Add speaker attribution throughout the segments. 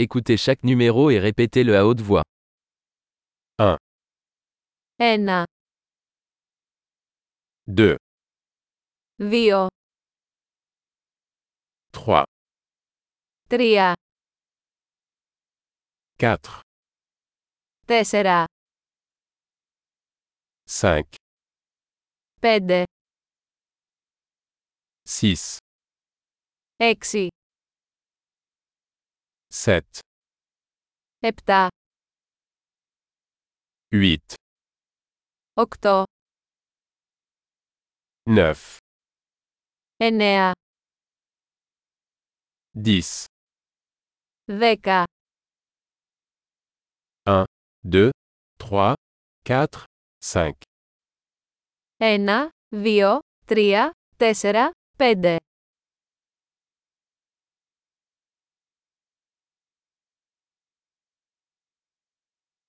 Speaker 1: Écoutez chaque numéro et répétez-le à haute voix.
Speaker 2: 1,
Speaker 1: 2,
Speaker 2: 2,
Speaker 1: 3,
Speaker 2: 3,
Speaker 1: 4,
Speaker 2: 4,
Speaker 1: 5,
Speaker 2: 5,
Speaker 1: 6,
Speaker 2: 6,
Speaker 1: 7,
Speaker 2: 7,
Speaker 1: 8,
Speaker 2: 8,
Speaker 1: 9,
Speaker 2: 9,
Speaker 1: 10,
Speaker 2: 10,
Speaker 1: 2, 3, 4, 5,
Speaker 2: 1, 2, 3, 4, 5,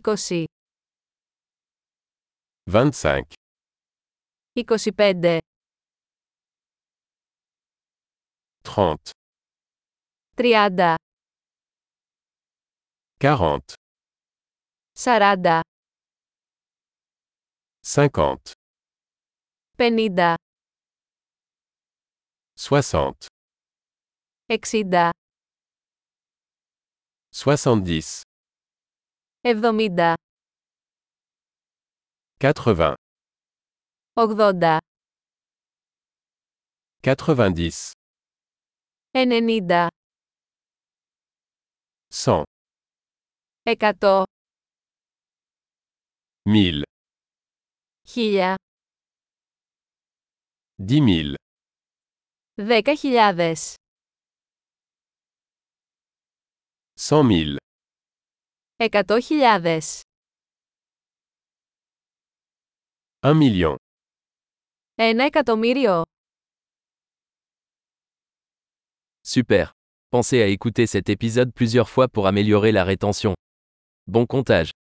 Speaker 2: 20,
Speaker 1: 25, 30,
Speaker 2: 25,
Speaker 1: 40, 50, 60, 70, 80,
Speaker 2: 30, 40, 50, 60, 70, 80,
Speaker 1: 90,
Speaker 2: 90,
Speaker 1: 100,
Speaker 2: 100,
Speaker 1: 1000,
Speaker 2: 1000,
Speaker 1: 10 000,
Speaker 2: 10.000,
Speaker 1: 100 000,
Speaker 2: 100.000,
Speaker 1: 1 million,
Speaker 2: 1 εκατομμύριο.
Speaker 1: Super. Pensez à écouter cet épisode plusieurs fois pour améliorer la rétention. Bon comptage.